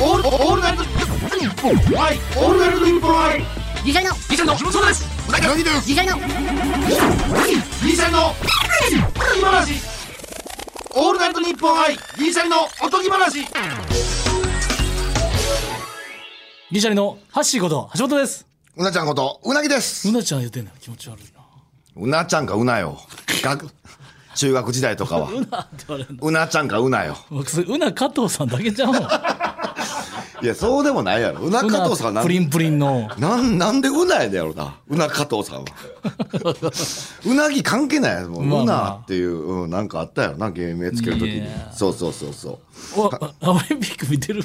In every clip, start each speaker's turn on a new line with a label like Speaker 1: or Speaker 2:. Speaker 1: オールオールナイトニッポンはいオールナイトニッポンはい
Speaker 2: ギシャリの
Speaker 1: ギシャリのそうです何です
Speaker 2: ギシャリの
Speaker 1: ギシャリのおとぎ話オールナイトニッポン愛ギシャリのおとぎ話
Speaker 3: ギリシャリのハッシーこと橋本です
Speaker 4: うなちゃんこと、うなぎです
Speaker 3: う。なちゃん言ってんの気持ち悪いな
Speaker 4: うなちゃんかうなよ。学中学時代とかは。
Speaker 3: うなって言われるの
Speaker 4: うなちゃんかうなよ。
Speaker 3: 僕それうな加藤さんだけじゃ んう
Speaker 4: いや、そうでもないやろ。うな加藤さんは
Speaker 3: なプリ
Speaker 4: なん
Speaker 3: ンプリンの
Speaker 4: なん、なんでうなやねやろな。うな加 藤さんは。うなぎ関係ないやろもう、
Speaker 3: まあ
Speaker 4: う
Speaker 3: まあ
Speaker 4: なっていう、うん、なんかあったやろな、芸名つけるとき
Speaker 3: い
Speaker 4: に
Speaker 3: や。
Speaker 4: そうそうそうそう。
Speaker 3: おあオリンピック見てる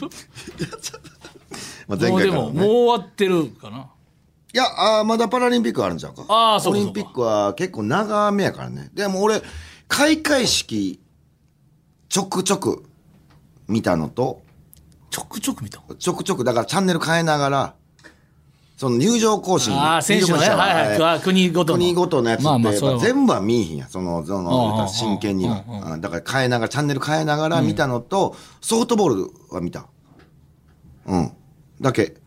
Speaker 4: まあ、前
Speaker 3: もうで
Speaker 4: 回から、
Speaker 3: も
Speaker 4: ね。
Speaker 3: もう終わってるかない
Speaker 4: や、あーまだパラリンピックあるんちゃうか。
Speaker 3: あーそうか
Speaker 4: オリンピックは結構長めやからね。でも俺、開会式、ちょくちょく見たのと、
Speaker 3: ちょくちょく見た
Speaker 4: ちょくちょく、だからチャンネル変えながら、その入場行進。
Speaker 3: ああ選手のね
Speaker 4: 入場行進
Speaker 3: はいはいあ国ごとの
Speaker 4: 国ごとのやつって、
Speaker 3: まあまあ
Speaker 4: やっ
Speaker 3: それ
Speaker 4: ぱ
Speaker 3: は
Speaker 4: 全部は見えへんやん。その、そ
Speaker 3: うんうんうん
Speaker 4: の、真剣には
Speaker 3: うんう。
Speaker 4: うんだから変えながら、チャンネル変えながら見たのと、ソフトボールは見た。うん。だけ。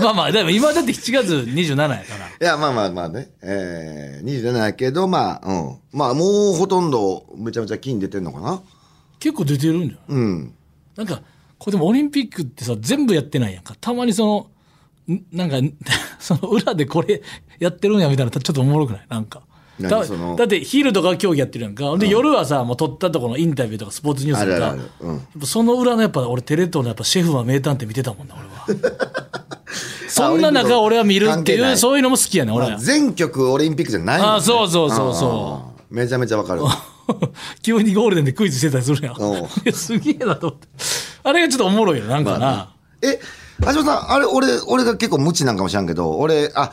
Speaker 3: まあまあでも今だって7月27やから
Speaker 4: いや、まあまあまあね。えー、27やけど、まあ、うん。まあ、もうほとんど、めちゃめちゃ金出てんのかな
Speaker 3: 結構出てるんじゃない
Speaker 4: うん。
Speaker 3: なんか、これでもオリンピックってさ、全部やってないやんか。たまにその、んなんか、ん その裏でこれ やってるんやみたいな、ちょっとおもろくないなんか。
Speaker 4: 何
Speaker 3: だ
Speaker 4: その
Speaker 3: だって昼とかは競技やってるやんか。で、夜はさ、もう撮ったとこのインタビューとかスポーツニュースとか、
Speaker 4: あるあるあるうん
Speaker 3: やっぱその裏のやっぱ俺テレ東のやっぱシェフは名探偵見てたもんな、 俺は。
Speaker 4: あオリンピッ
Speaker 3: そんな
Speaker 4: ク
Speaker 3: 中
Speaker 4: と
Speaker 3: 俺は見るって
Speaker 4: 関係
Speaker 3: い
Speaker 4: な
Speaker 3: う、
Speaker 4: い
Speaker 3: そういうのも好きやねん、俺
Speaker 4: まあ、
Speaker 3: は。
Speaker 4: 全曲オリンピックじゃないもんね
Speaker 3: あーそうそうそうそ
Speaker 4: うん。めちゃめちゃわか るわ。
Speaker 3: 急にゴールデンでクイズしてたりするやん。
Speaker 4: おう
Speaker 3: いや すげえなと思って。あれがちょっとおもろいよ、なんかな。
Speaker 4: え、橋本さん、あれ、俺、俺が結構無知なんかもしらんけど、俺、あ、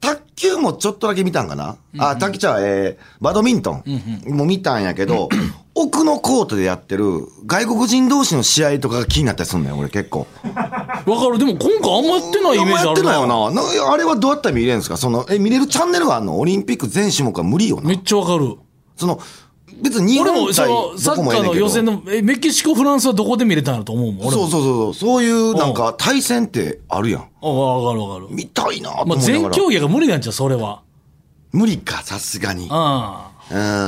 Speaker 4: 卓球もちょっとだけ見たんかな、あ、卓球ちゃうわえーバドミントンも見たんやけ ど、奥のコートでやってる外国人同士の試合とかが気になったりすんだよ、俺結構。
Speaker 3: わかる。でも今回あんまやってないイメージある
Speaker 4: やってないよな。なあれはどうやったら見れるんですかその、え、見れるチャンネルがあるのオリンピック全種目は無理よ
Speaker 3: め
Speaker 4: な。
Speaker 3: っちゃわかる。
Speaker 4: その、別に日
Speaker 3: 俺
Speaker 4: 本
Speaker 3: も
Speaker 4: 対
Speaker 3: そのサ
Speaker 4: どこ
Speaker 3: ッ
Speaker 4: もえ
Speaker 3: カ
Speaker 4: えねん
Speaker 3: ーの
Speaker 4: けど
Speaker 3: 予選のえメキシコ、フランスはどこで見れたんやろと思うもん。俺
Speaker 4: そ
Speaker 3: も
Speaker 4: うそうそうそう。そういうなんか対戦ってあるやん。
Speaker 3: あわかるわかる。
Speaker 4: 見たいなと思
Speaker 3: ま
Speaker 4: いなが
Speaker 3: あ、
Speaker 4: ら。
Speaker 3: 全競技が無理なんじゃうそれは。
Speaker 4: 無理か、さすがに。うん、
Speaker 3: う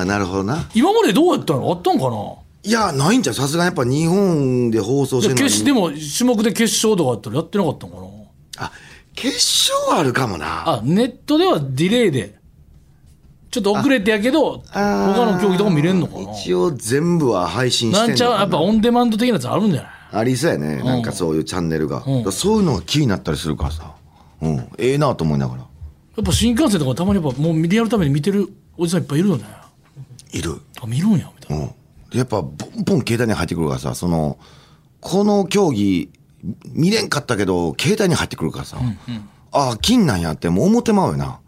Speaker 4: なるほどな。
Speaker 3: ん。今までどうやったのあったんかない
Speaker 4: や、ないんちゃうさすがにやっぱ日本で放送して
Speaker 3: じゃ
Speaker 4: る
Speaker 3: あ
Speaker 4: の
Speaker 3: 決
Speaker 4: に
Speaker 3: しでも、種目で決勝とかやったらやってなかったんかな
Speaker 4: あ、決勝あるかもな。
Speaker 3: あ、ネットではディレイで。ちょっと遅れてやけど、
Speaker 4: あー
Speaker 3: 他の競技とか見れんのかな
Speaker 4: 一応全部は配信して
Speaker 3: なんん
Speaker 4: の
Speaker 3: ち
Speaker 4: か
Speaker 3: ゃ
Speaker 4: な
Speaker 3: うやっぱオンデマンド的なやつあるんじゃない
Speaker 4: ありそうやね。なんかそういうチャンネルが。だからそういうのが気になったりするからさ。うん。ええなと思いながら。
Speaker 3: やっぱ新幹線とかたまにやっぱもうリアルために見てるおじさんいっぱいいるよね。
Speaker 4: いる。
Speaker 3: あ、見るんや、みたいな。
Speaker 4: うん。でやっぱ、ボンボン携帯に入ってくるからさ、その、この競技、見れんかったけど、携帯に入ってくるからさ。ああ、金なんやって、もう思ってまうよな。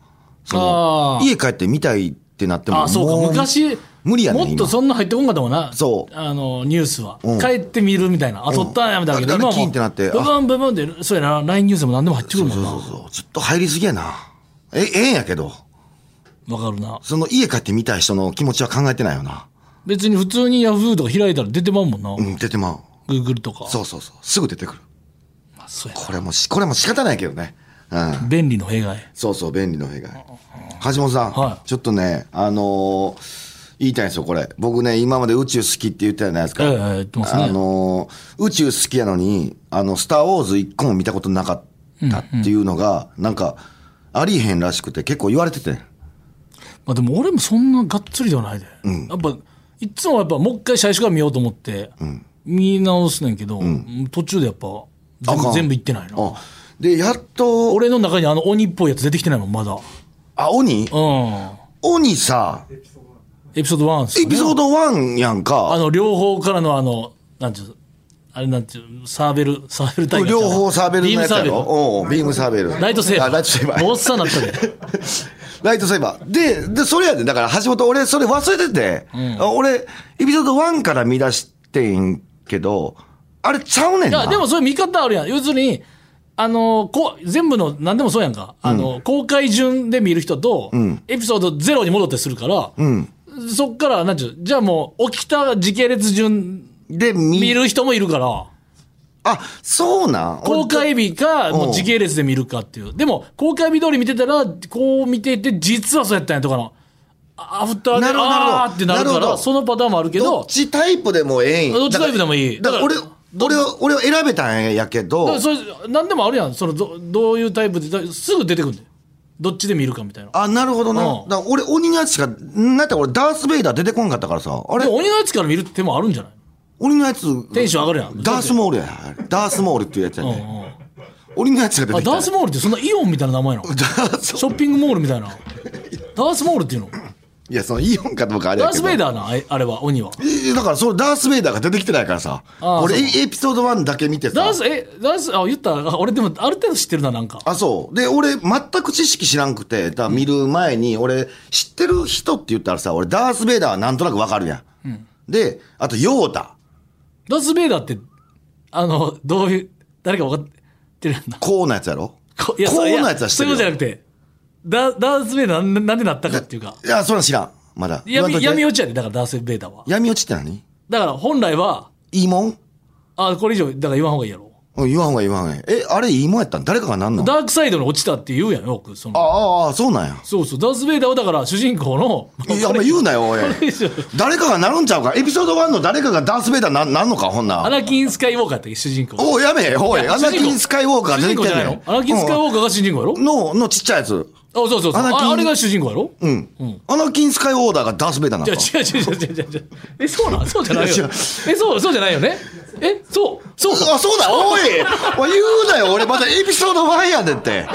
Speaker 4: そ
Speaker 3: あ
Speaker 4: の
Speaker 3: ー
Speaker 4: 家帰って見たいってなっても。
Speaker 3: あそう
Speaker 4: も
Speaker 3: か、昔、
Speaker 4: 無理やね
Speaker 3: もっと
Speaker 4: 今
Speaker 3: そんな入ってこんかったもんな。
Speaker 4: そう
Speaker 3: あの、ニュースは。
Speaker 4: うん
Speaker 3: 帰って見るみたいな。あ、撮ったんやみたいなけど、
Speaker 4: あ
Speaker 3: 今
Speaker 4: キーンってなって
Speaker 3: ブブンブブンで、そうやな、LINE ニュースでも何でも入ってくるもんな。
Speaker 4: そうそう、ちょっと入りすぎやな。え、ええんやけど、
Speaker 3: わかるな。
Speaker 4: その家帰って見たい人の気持ちは考えてないよな。
Speaker 3: 別に普通に Yahoo とか開いたら出てまうもんな。
Speaker 4: うん、出てまう。
Speaker 3: Google とか。
Speaker 4: そうそうそう、すぐ出てくる。
Speaker 3: まあそうや
Speaker 4: これもし、これも仕方ないけどね。うん。
Speaker 3: な。便利の弊害。
Speaker 4: そうそう、便利の弊害。橋本さん、
Speaker 3: はい
Speaker 4: ちょっとね、あのー言いたいんですよ、これ。僕ね、今まで宇宙好きって言ってたじゃないです
Speaker 3: え
Speaker 4: か。
Speaker 3: えええ言ってますね。
Speaker 4: あのー宇宙好きやのに、あの、スター・ウォーズ一個も見たことなかったっていうのが、なんか、ありえへんらしくて結構言われてて。
Speaker 3: まあでも俺もそんながっつりではないで。やっぱ、いつもやっぱもう一回最初から見ようと思って、見直すねんけど、途中でやっぱ、全
Speaker 4: あか
Speaker 3: 部
Speaker 4: ん
Speaker 3: 全部いってないな。
Speaker 4: あで、やっと、
Speaker 3: 俺の中にあの鬼っぽいやつ出てきてないもん、まだ。
Speaker 4: あ、鬼
Speaker 3: うん。
Speaker 4: 鬼さ、
Speaker 3: エピソード1ですよ
Speaker 4: エ
Speaker 3: ね
Speaker 4: ピソード1やん
Speaker 3: あ
Speaker 4: か。
Speaker 3: の、両方からのあの、なんていうのあれなんていうのサーベル、サーベル対
Speaker 4: 両方サーベルのやつや
Speaker 3: ビームサー
Speaker 4: ろ
Speaker 3: ベ
Speaker 4: おうビームサーベル。
Speaker 3: ル。ライトセーバ
Speaker 4: あ
Speaker 3: ー。
Speaker 4: ライトセーバ
Speaker 3: もうおっ
Speaker 4: ー。
Speaker 3: さんなったで。
Speaker 4: ライトセーバー。で、で、それやで。だから、橋本、俺、それ忘れてて。あ俺、エピソード1から見出してんけど、あれちゃうねん
Speaker 3: い
Speaker 4: な。
Speaker 3: や、でもそういう見方あるやん。要するに、あの、こう、全部の、なんでもそうやんか。あの、公開順で見る人と、エピソードゼロに戻ってするから、そっから、なんちゅう、じゃあもう、起きた時系列順
Speaker 4: で、見
Speaker 3: 見る人もいるから、
Speaker 4: あ、そうなん
Speaker 3: 公開日か、もう時系列で見るかっていう。でも、公開日通り見てたら、こう見てて、実はそうやったんやとかの。アフターで、
Speaker 4: なるほどなるほど
Speaker 3: あーってなるか
Speaker 4: なるほ
Speaker 3: ら、
Speaker 4: ど
Speaker 3: そのパターンもあるけ
Speaker 4: ど
Speaker 3: ど
Speaker 4: っ、ちタイプでもええんや
Speaker 3: どっちタイプでもいい
Speaker 4: だから
Speaker 3: だ
Speaker 4: 俺
Speaker 3: から、
Speaker 4: 俺を、俺を選べたんやけ
Speaker 3: だか
Speaker 4: ど
Speaker 3: ら、それ何でもあるやん。そのど、どういうタイプで、だからすぐ出てくるんだよ。どっちで見るかみたいな。
Speaker 4: あ、なるほどな。
Speaker 3: うん
Speaker 4: だから俺、鬼のやつしか、なんやったら俺、ダース・ベイダー出てこんかったからさ、あれ
Speaker 3: で、も鬼のやつから見る手もあるんじゃない
Speaker 4: 鬼のやつ、
Speaker 3: テンション上がるやん。
Speaker 4: ダース・モールや。ダース・モールっていうやつや
Speaker 3: うん
Speaker 4: ね。
Speaker 3: うん
Speaker 4: 鬼のやつが出
Speaker 3: あ
Speaker 4: てきた
Speaker 3: ダースモールってそんなイオンみたいな 名前なのシ
Speaker 4: ダース
Speaker 3: ョッピングモールみたい な。ダースモールっていうの
Speaker 4: いや、そのイオンかどうかあれや
Speaker 3: ダー
Speaker 4: け
Speaker 3: ス・
Speaker 4: ど。
Speaker 3: ベイダーな、あれあれは、鬼は。
Speaker 4: えーだから、そのダース・ベイダーが出てきてないからさ。
Speaker 3: あー
Speaker 4: 俺、
Speaker 3: そうか
Speaker 4: エエピソード1だけ見てさ。
Speaker 3: ダース、え、ダース、あ、言った、あ俺でもある程度知ってるな、なんか。
Speaker 4: あ、そう。で、俺、全く知識知らんくて、だから見る前に、俺、知ってる人って言ったらさ、俺、ダース・ベイダーはなんとなくわかるやん。で、あと、ヨータ、
Speaker 3: ダース・ベイダーって、あの、どういう、誰か分かってるやんな。
Speaker 4: こうのやつやろ
Speaker 3: こ
Speaker 4: こ
Speaker 3: そう
Speaker 4: のやつは知ってる
Speaker 3: そう
Speaker 4: よ。
Speaker 3: いうことじゃなくて、ダダース・ベイダーなんなんでなったかっていうか。
Speaker 4: いや、それは知らん。まだ。
Speaker 3: 闇、闇
Speaker 4: 落ち。
Speaker 3: 落ちやで、だからダース・ベイダーは。
Speaker 4: 闇落ちって何
Speaker 3: だから本来は、
Speaker 4: いいもん
Speaker 3: あ、これ以上、だから言わん方がいいやろ。
Speaker 4: うん言わんほうがいい言わんほうがいい。え、あれいいもんやったん誰かがなんのあ
Speaker 3: ダークサイドに落ちたって言うやん、よく。その
Speaker 4: あ、ああ、そうなんや。
Speaker 3: そうそう、ダース・ベイダーはだから主人公の、
Speaker 4: いや、あんま言うなよ、おい。
Speaker 3: れ以上
Speaker 4: 誰かがなるんちゃうかエピソード1の誰かがダース・ベイダーななんのかほんな
Speaker 3: ア
Speaker 4: ら。
Speaker 3: ナキン・スカイウォーカーやったっけ、主人公。
Speaker 4: おいやめえ、おい。
Speaker 3: いや
Speaker 4: アナキン・スカイウォーカー
Speaker 3: 主
Speaker 4: 出てき
Speaker 3: 人
Speaker 4: て
Speaker 3: 公じゃ
Speaker 4: ん
Speaker 3: ない
Speaker 4: ね
Speaker 3: の
Speaker 4: ん
Speaker 3: アナキン・スカイウォーカーが主人公やろあ、
Speaker 4: の、のちっちゃいやつ。
Speaker 3: そうそうそう。
Speaker 4: アナキン
Speaker 3: ああれが主人公やろ
Speaker 4: うん。アナキン・スカイウォーダーがダース・ベイダーな
Speaker 3: じ
Speaker 4: の
Speaker 3: ゃあ違う違う違う違う違う違う。え、そうなんそうじゃない
Speaker 4: いや
Speaker 3: よ。
Speaker 4: 違う
Speaker 3: え、そう、そうじゃないよね。え、そう、そうか。
Speaker 4: あ、そうだ、おいお い言うなよ、俺またエピソード1やでって。
Speaker 3: え、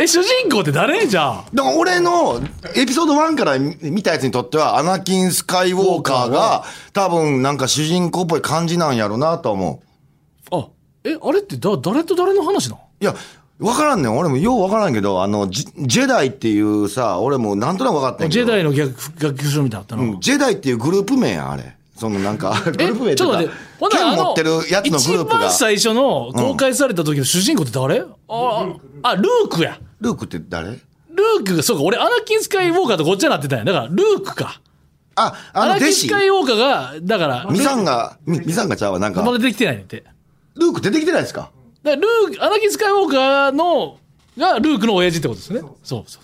Speaker 3: え、主人公って誰じゃあ。
Speaker 4: だから俺のエピソード1から見たやつにとっては、アナキン・スカイウォーカーが、多分なんか主人公っぽい感じなんやろなと思
Speaker 3: あ、え、あれってだ、誰と誰の話なの
Speaker 4: う。いや、わからんねん。俺もようわからんけど、あの、ジジェダイっていうさ、俺もなんとなくわかったんやけ
Speaker 3: ジ
Speaker 4: ど。
Speaker 3: ェダイの逆、逆曲書みたいなのあった
Speaker 4: うん
Speaker 3: な。
Speaker 4: ジェダイっていうグループ名やん、あれ。そのなんか、 グル
Speaker 3: え、
Speaker 4: ープ名
Speaker 3: ちょっと待
Speaker 4: い
Speaker 3: っ
Speaker 4: う
Speaker 3: て
Speaker 4: か。
Speaker 3: ほんならあ
Speaker 4: 剣持ってるやつのグループ
Speaker 3: 一
Speaker 4: が
Speaker 3: 番。最初の公開された時の主人公って誰、あ、あ、ルークや。
Speaker 4: ルークって誰
Speaker 3: ルークが、そうか、俺、アナキン・スカイウォーカーとこっちゃなってたんや。だから、ルークか。
Speaker 4: あ、
Speaker 3: ア
Speaker 4: あの
Speaker 3: ナキ
Speaker 4: 弟
Speaker 3: ン・ス
Speaker 4: 子
Speaker 3: カ。イウォーカーが、だから、
Speaker 4: ミサ
Speaker 3: ル
Speaker 4: ンガ、ミミサンガちゃうわ、なんか
Speaker 3: ー。まだ出てきてないねんって。
Speaker 4: ルーク出てきてないですか
Speaker 3: だからルーク、アナキン・スカイウォーカーの、がルークの親父ってことですね。そうそう。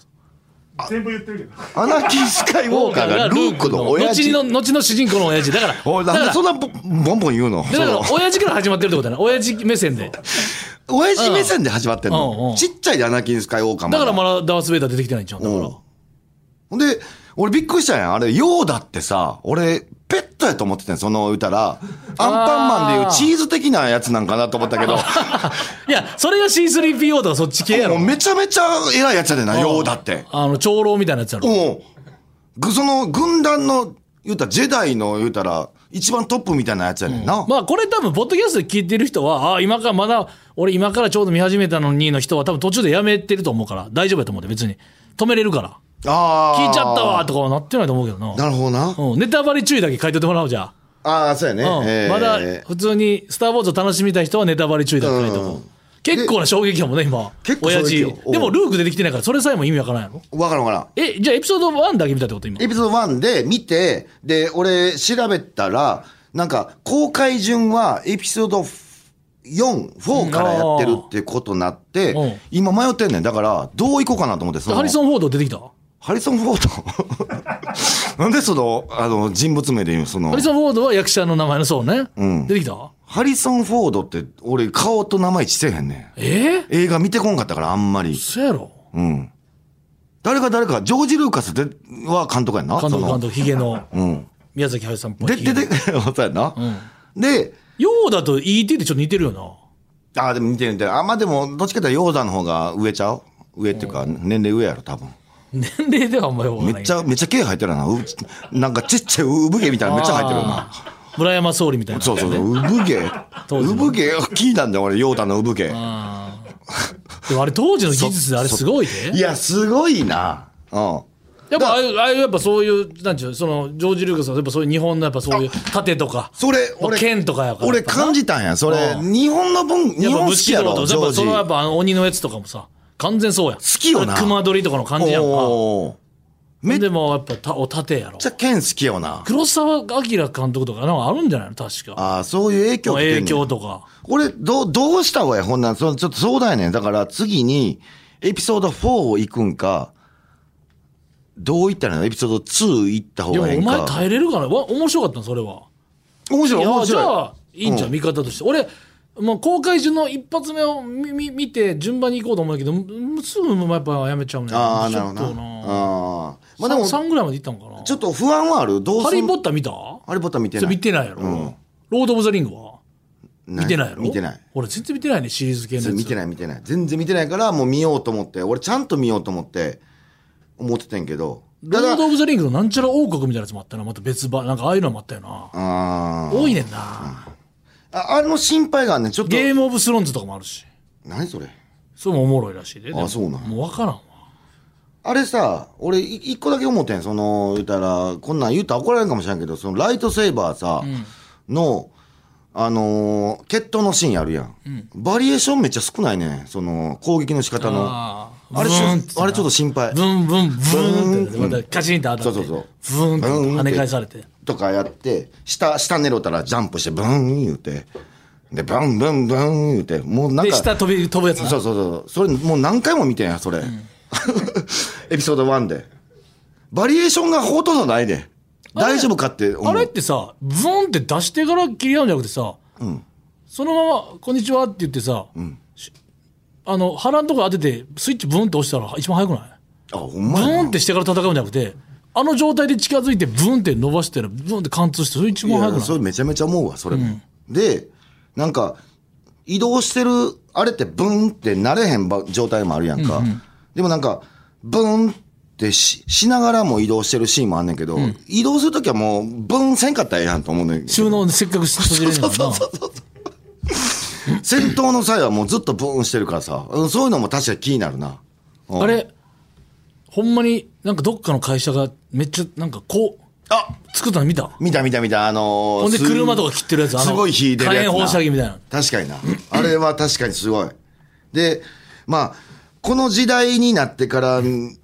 Speaker 2: 全部言ってるけど。
Speaker 4: アナキン・スカイウォ ーカーがルークの親父。
Speaker 3: 後の、後の主人公の親父。だから、
Speaker 4: おい、
Speaker 3: だ
Speaker 4: な
Speaker 3: か
Speaker 4: んで
Speaker 3: ら、
Speaker 4: そんなボボンボン言うの
Speaker 3: だから
Speaker 4: その
Speaker 3: 親父から始まってるってことだな。親父目線で。
Speaker 4: 親父目線で始まってん
Speaker 3: うんうん
Speaker 4: の。ちっちゃいでアナキン・スカイウォーカーま
Speaker 3: だから
Speaker 4: で
Speaker 3: まだダース・ベイダー出てきてないんちゃうだから。
Speaker 4: ほんで、俺びっくりしたんやん。あれ、ヨーダってさ、俺、ペットやと思ってたんその歌 ら、アンパンマンでいうチーズ的なやつなんかなと思ったけど、
Speaker 3: い や、それが C3PO とかそっち系や
Speaker 4: もう
Speaker 3: ろ。
Speaker 4: めちゃめちゃ偉いやつやでな、ヨーダって。
Speaker 3: あの、長老みたいなやつやろ。
Speaker 4: おうぐその軍団の、言うたら、ジェダイの言うたら、一番トップみたいなやつやねんな。
Speaker 3: まあ、これ多分、ポッドキャストで聞いてる人は、ああ、今からまだ、俺今からちょうど見始めたのにの人は多分途中でやめてると思うから、大丈夫やと思うで、別に。止めれるから。
Speaker 4: あー
Speaker 3: 聞いちゃったわとかはなってないと思うけどな。
Speaker 4: なるほどな。
Speaker 3: うん、ネタバレ注意だけ書いといてもらおうじゃ
Speaker 4: ああ、そうやね。
Speaker 3: あ、うん
Speaker 4: えー
Speaker 3: まだ普通に「スター・ウォーズ」を楽しみたい人はネタバレ注意だけ書いとこう、
Speaker 4: うん
Speaker 3: 結構な衝撃やもんね今
Speaker 4: 結構衝撃よおう
Speaker 3: でもルーク出てきてないからそれさえも意味わからんやろ
Speaker 4: わからんわからん。
Speaker 3: えじゃあエピソード1だけ見たってこと今
Speaker 4: エピソード1で見て、で、俺調べたら、なんか、公開順はエピソード4、4からやってるってことになって、
Speaker 3: うんうん
Speaker 4: 今迷ってんねん。だから、どう行こうかなと思って、その
Speaker 3: ハリソン・フォード出てきたハ
Speaker 4: ハリソン・フォード なんでその、あの、人物名で言うのその、
Speaker 3: リソン・フォードは役者の名前のそうね、
Speaker 4: ん
Speaker 3: 出てきた
Speaker 4: ハリソン・フォードって、俺、顔と名前一致せえへんね
Speaker 3: えー、
Speaker 4: ん。映画見てこんかったから、あんまり。
Speaker 3: そやろ
Speaker 4: うん。誰か誰か、ジョージ・ルーカスでは監督やんな
Speaker 3: 監
Speaker 4: そ
Speaker 3: 督
Speaker 4: の
Speaker 3: 監督ヒゲの
Speaker 4: うん。
Speaker 3: 宮崎駿さんっぽい
Speaker 4: で、
Speaker 3: ヒゲ
Speaker 4: で、
Speaker 3: の
Speaker 4: で、 そうやな。で、
Speaker 3: ヨーダと ET ってちょっと似てるよな
Speaker 4: ああ、でも似てる似てる。あ、まあでも、どっちかというと、ヨーダの方が上ちゃう上っていうか、年齢上やろ、多分。
Speaker 3: 年齢ではあんまり分からない
Speaker 4: めっちゃ、めっちゃ毛生えてるな。うなんかちっちゃい産毛みたいなのめっちゃ生えてるな。
Speaker 3: 村山総理みたいな
Speaker 4: そうそうそう、産毛。
Speaker 3: 当時の
Speaker 4: 産毛聞いたんだよ、俺、ヨーダの産毛。
Speaker 3: あーでもあれ当時の技術であれすごいで
Speaker 4: いや、すごいな。うん。
Speaker 3: やっぱああいう、ああいうやっぱそういう、なんちゅう、その、ジョージ・ルーカスの、やっぱそういう日本のやっぱそういう盾とか、
Speaker 4: それ、俺、
Speaker 3: 剣とかやから。
Speaker 4: 俺感じたんや。それ、
Speaker 3: う
Speaker 4: 日本の文、日
Speaker 3: やっぱ
Speaker 4: 本好
Speaker 3: 武
Speaker 4: き
Speaker 3: 士
Speaker 4: や
Speaker 3: 道
Speaker 4: ろ、
Speaker 3: と、
Speaker 4: ジ
Speaker 3: やっ
Speaker 4: ョー
Speaker 3: ぱ
Speaker 4: ジ
Speaker 3: そ。のやっぱあの鬼のやつとかもさ、完全そうやん。
Speaker 4: きよな
Speaker 3: 熊取りとかの感じやんか。
Speaker 4: おーめっ
Speaker 3: でもやっぱたお盾やろ
Speaker 4: ちゃ剣好きよな。
Speaker 3: 黒澤明監督とかなんかあるんじゃないの確か
Speaker 4: ああ、そういう影響受けてんね
Speaker 3: 影
Speaker 4: ん
Speaker 3: 響とか
Speaker 4: 俺、どう、どうした方がいいほんなん、そのちょっと相談やねん。だから次に、エピソード4を行くんか、どういったらいいのエピソード2行った方
Speaker 3: でも
Speaker 4: がいい
Speaker 3: お
Speaker 4: ん
Speaker 3: 前
Speaker 4: か。
Speaker 3: 耐えれるかなわ面白かったのそれは
Speaker 4: 面白い、
Speaker 3: い
Speaker 4: 面
Speaker 3: やじゃ
Speaker 4: 白
Speaker 3: あいいんじゃん、
Speaker 4: うん
Speaker 3: 見方として俺もう公開順の一発目を見見見て順番に行こうと思うんだけどむすぐもうやっぱやめちゃうね
Speaker 4: い。ああ、なるほ
Speaker 3: ちょっ
Speaker 4: ど
Speaker 3: と
Speaker 4: な。
Speaker 3: な
Speaker 4: ああ。まあでも、
Speaker 3: 3, ぐらいまで行ったんかな
Speaker 4: ちょっと不安はある。どう
Speaker 3: ハ
Speaker 4: す
Speaker 3: リ
Speaker 4: る
Speaker 3: ー・ポッター見た
Speaker 4: ハリーポッター見て
Speaker 3: そ
Speaker 4: な
Speaker 3: れ
Speaker 4: い。
Speaker 3: 見てないやろ、ロード・オブ・ザ・リングは見てないやろ
Speaker 4: 見てない。
Speaker 3: 俺全然見てないねシリーズ系の
Speaker 4: そ
Speaker 3: や
Speaker 4: れ
Speaker 3: つ
Speaker 4: 見てない見てない。全然見てないから、もう見ようと思って、俺ちゃんと見ようと思って、思っててんけど。
Speaker 3: ロ
Speaker 4: ただ
Speaker 3: ード・オブ・ザ・リングのなんちゃら王国みたいなやつもあったなまた別版なんかああいうのもあったよな
Speaker 4: あー
Speaker 3: 多いねんな
Speaker 4: あ。あれの心配があんねんちょっと。
Speaker 3: ゲーム・オブ・スローンズとかもあるし
Speaker 4: 何それ
Speaker 3: それもおもろいらしいででも
Speaker 4: そうなんや
Speaker 3: もう分からんわ
Speaker 4: あれさ、俺、い一個だけ思ってん。その、言ったら、こんなん言うたら怒られるかもしれんけど、そのライトセーバーさ、の、あのー決闘のシーンあるやん,、バリエーションめっちゃ少ないねんその、攻撃の仕方の。あ
Speaker 3: あ
Speaker 4: れしょ、
Speaker 3: ブーンてな
Speaker 4: あれちょっと心配。
Speaker 3: ブンブンブーンって
Speaker 4: ブーン
Speaker 3: またカチンって当たって
Speaker 4: そうそう
Speaker 3: ブーンって跳ね返されて
Speaker 4: とかやって、下、下寝ろたらジャンプして、ブーン言うて、で、ブンブンブン言うて、もうなん
Speaker 3: で
Speaker 4: か、
Speaker 3: 下飛び飛ぶやつ
Speaker 4: そう
Speaker 3: な
Speaker 4: そうそう、それもう何回も見てんや、それ。 エピソード1で。バリエーションがほとんどないで。大丈夫かって思う。
Speaker 3: あれってさブーンって出してから切り合うんじゃなくてさそのまま「こんにちは」って言ってさしあの腹のとこ当ててスイッチブーンって押したら一番早くない
Speaker 4: あ、ほん
Speaker 3: ブ
Speaker 4: まやな
Speaker 3: ーンってしてから戦うんじゃなくてあの状態で近づいてブーンって伸ばしてらブーンって貫通してそれ一
Speaker 4: い
Speaker 3: 番早く
Speaker 4: や、
Speaker 3: な
Speaker 4: そ
Speaker 3: い
Speaker 4: れめちゃめちゃ思うわ、それも。で、なんか、移動してる、あれってブーンってなれへんば状態もあるやんか。でもなんか、ブーンってししながらも移動してるシーンもあんねんけど、移動するときはもう、ブーンせんかったらええやんと思うねんけ
Speaker 3: 収
Speaker 4: ど。
Speaker 3: 納でせっかく閉じれるのにな
Speaker 4: 戦闘の際はもうずっとブーンしてるからさ、うんそういうのも確かに気になるな。うん
Speaker 3: あれほんまになんかどっかの会社がめっちゃなんかこう
Speaker 4: あ
Speaker 3: 作ったの見た
Speaker 4: 見た見た見た、あのー
Speaker 3: ほんです車とか切ってるやつあの
Speaker 4: すごい火出るやつな
Speaker 3: 火炎放射器みたいな
Speaker 4: 確かにな。 あれは確かにすごい。で、まあ、この時代になってから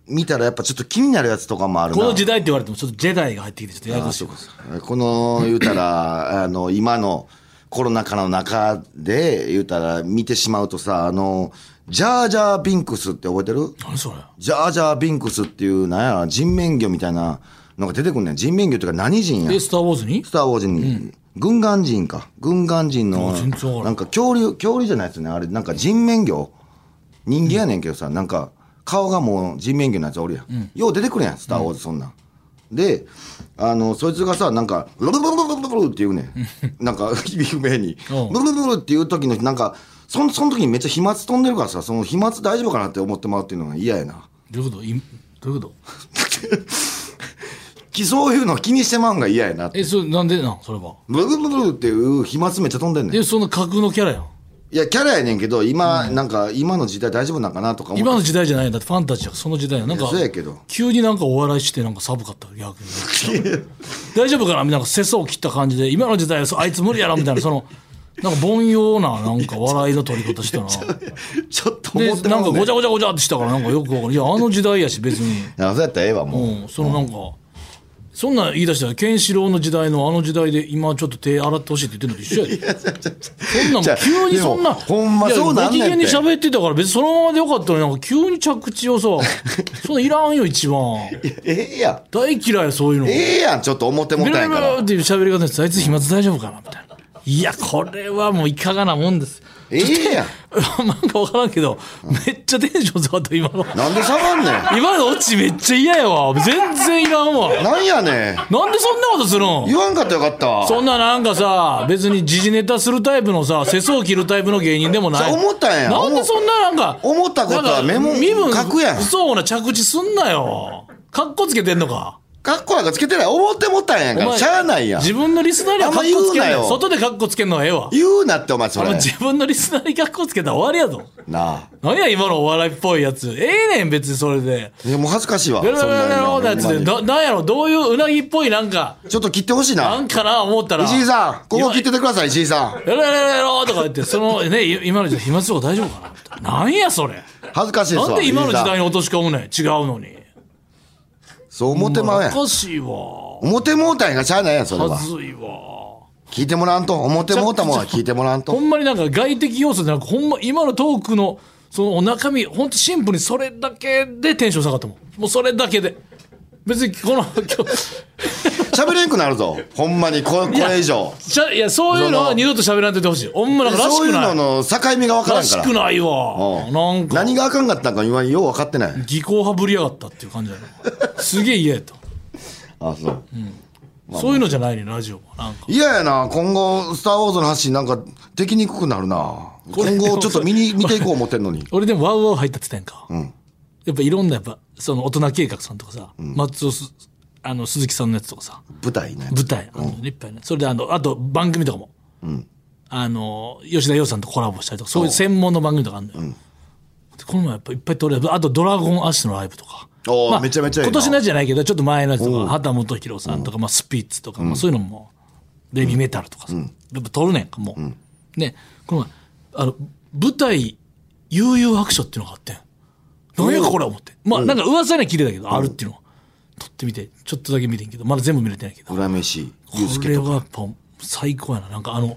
Speaker 4: 見たらやっぱちょっと気になるやつとかもあるな。
Speaker 3: この時代って言われてもちょっとジェダイが入ってきてちょっとややこしい
Speaker 4: この、言うたら、あの、今のコロナ禍の中で、言うたら見てしまうとさ、あの、ジャージャービンクスって覚えてる
Speaker 3: 何それ
Speaker 4: ジャージャービンクスっていう、なんやろ、人面魚みたいなのが出てくんねん。人面魚っていうか何人や
Speaker 3: えスター・ウォーズに
Speaker 4: スター・ウォーズに、軍艦人か。軍艦人の
Speaker 3: あ全然わからん、
Speaker 4: なんか恐竜、恐竜じゃないですね。あれ、なんか人面魚。人間やねんけどさ、なんか、顔がもう人面魚のやつおるやん。よう出てくるやん、スター・ウォーズ、そんなん。で、あの、そいつがさ、なんか、ブルブルブルブルブルって言うねん。なんか、有名に。
Speaker 3: うん
Speaker 4: ブルブルブルっていう時の、なんか、その、その時にめっちゃ飛沫飛んでるからさ、その飛沫大丈夫かなって思ってもらうっていうのが嫌やな。
Speaker 3: どういうこといどういうこと
Speaker 4: きそういうの 気にしてまうんが嫌やなって。
Speaker 3: えそれなんでなんそれは
Speaker 4: ブルブルブルっていう飛沫めっちゃ飛んでんねん。
Speaker 3: でその架空のキャラやん
Speaker 4: いや、キャラやねんけど、今、なんか、今の時代大丈夫なんかなとか思
Speaker 3: 今
Speaker 4: っ
Speaker 3: の
Speaker 4: て。
Speaker 3: 時代じゃないんだってファンたちはその時代やんなんか
Speaker 4: いやそうやけど
Speaker 3: 急になんかお笑いしてなんか寒かった逆に 大丈夫かなみたいな世相を切った感じで今の時代はそうあいつ無理やろみたいなそのなんか凡庸ななんか笑いの取り方した な
Speaker 4: ちょっと
Speaker 3: で
Speaker 4: 思って
Speaker 3: なんかごちゃごちゃごちゃってしたからなんかよくわかるいやあの時代やし別に
Speaker 4: ゃ。そうやったらええわ、もう。
Speaker 3: うん、そのなんか、そんなん言い出したら、ケンシロウの時代のあの時代で、今ちょっと手洗ってほしいって言って るのと一緒やで。そんなん
Speaker 4: じゃ
Speaker 3: も
Speaker 4: あ
Speaker 3: う急にそんな、
Speaker 4: でもほんま
Speaker 3: いや
Speaker 4: そうなんねん
Speaker 3: ご機嫌に
Speaker 4: て
Speaker 3: 喋ってたから、別にそのままでよかったのに、なんか急に着地をさ、そんないらんよ、一番。
Speaker 4: ええやん。
Speaker 3: 大嫌いよ、そういうの。
Speaker 4: ええやん、ちょっと思っても
Speaker 3: ベ
Speaker 4: った
Speaker 3: ラ
Speaker 4: んや
Speaker 3: ベ
Speaker 4: か
Speaker 3: ラ
Speaker 4: ら。
Speaker 3: っていう喋り方です。あいつ飛沫大丈夫かなみたいな。いや、これはもういかがなもんです。
Speaker 4: ええやん。
Speaker 3: なんかわからんけど、めっちゃテンション下がった、今の。
Speaker 4: なんで下がんねん。
Speaker 3: 今のオチめっちゃ嫌やわ。全然いらんわ。
Speaker 4: なんやねん。
Speaker 3: なんでそんなことするん
Speaker 4: 言わんかったらよかったわ。
Speaker 3: そんななんかさ、別に時事ネタするタイプのさ、世相を切るタイプの芸人でもない。
Speaker 4: そう思ったんや
Speaker 3: なんでそんななんか。
Speaker 4: 思ったことはメモ
Speaker 3: なんか身分
Speaker 4: 書くやん
Speaker 3: そうな着地すんなよ。かっこつけてんのか。
Speaker 4: かっこなんかつけてない。思ってもったんやんから。しゃあないやん。
Speaker 3: 自分のリスナーにはかっこつけ
Speaker 4: あ
Speaker 3: ん
Speaker 4: んま言うな
Speaker 3: な
Speaker 4: よ
Speaker 3: よ。外でかっこつけんのはええわ。
Speaker 4: 言うなって、お前、そ
Speaker 3: あの
Speaker 4: れ。
Speaker 3: 自分のリスナーにかっこつけたら終わりやぞ。
Speaker 4: なあ。
Speaker 3: 何や今のお笑いっぽいやつ。ええねん別にそれで。
Speaker 4: いや、もう恥ずかしいわ。
Speaker 3: ベロベロベロベロってやつ
Speaker 4: そんな
Speaker 3: で、
Speaker 4: ん
Speaker 3: ななんやろ、どういううなぎっぽいなんか、
Speaker 4: ちょっと切ってほしい
Speaker 3: な
Speaker 4: な。
Speaker 3: んかな思ったら。
Speaker 4: 石井さん、ここ切っててください、石井さん。
Speaker 3: やろやろやろとか言って、そのね、い今の時代、飛沫とか大丈夫かなみたいななんやそれ。
Speaker 4: 恥ずかしいです
Speaker 3: な
Speaker 4: わ。
Speaker 3: んで今の時
Speaker 4: 石井
Speaker 3: 代
Speaker 4: さん
Speaker 3: に落とし込むねん違うのに。
Speaker 4: そう思ってまうやん。
Speaker 3: おかしいわ
Speaker 4: 思ってもうたんやがしゃあないやん、それは
Speaker 3: は。ずいわ
Speaker 4: 聞いてもらわんと。思ってもうたもんは聞いてもらわん
Speaker 3: ほ
Speaker 4: と。
Speaker 3: んまになんか外的要素じゃなくほんま今のトークのその中身ほんとシンプルにそれだけでテンション下がったもんもうそれだけで別にこの 今日
Speaker 4: 喋れんくなるぞ。ほんまに、ここれ以上。
Speaker 3: しゃいやそういうのは二度と喋らんといてほしいほんまなんからし
Speaker 4: そう
Speaker 3: く
Speaker 4: いうの
Speaker 3: ない
Speaker 4: の境目がわから
Speaker 3: ら
Speaker 4: ん
Speaker 3: し
Speaker 4: から
Speaker 3: く。ないわ
Speaker 4: うん
Speaker 3: なんか
Speaker 4: 何があかんかったんか今よう分かってない。
Speaker 3: 技巧派ぶりやがったっていう感じやなすげえ嫌やった
Speaker 4: あ、そう。
Speaker 3: そういうのじゃないねラジオもなんか
Speaker 4: いややな、今後、スター・ウォーズの発信なんか、できにくくなるな。
Speaker 3: これ
Speaker 4: 今後、ちょっと見に、見ていこう思ってんのに。
Speaker 3: 俺でもワウワウ入ったって言ったやんか、やっぱいろんなやっぱその大人計画さんとかさ、松尾すあの鈴木さんのやつとかさ
Speaker 4: 舞台ね。
Speaker 3: 舞台あの、いっぱいねそれであのあと番組とかも、あの吉田洋さんとコラボしたりとかそういう専門の番組とかあるのよ、でこの前やっぱいっぱい撮れるあと「ドラゴンアッシュ」のライブとか
Speaker 4: おーめちゃめちゃいいな
Speaker 3: 今年のやつじゃないけどちょっと前のやつとか畑本博さんとか、まあ、スピッツとか、まあ、そういうのもレビメタルとかさ、やっぱ撮るねんかもう、ねこの前あの舞台「悠々白書」っていうのがあってん何やこれ思ってまあなんか噂には聞いてたけど、あるっていうのは撮ってみてちょっとだけ見てんけどまだ全部見れてないけど
Speaker 4: 裏飯、ゆうす
Speaker 3: こ
Speaker 4: け
Speaker 3: れ
Speaker 4: とか。
Speaker 3: はやっぱ最高やな。なんかあの、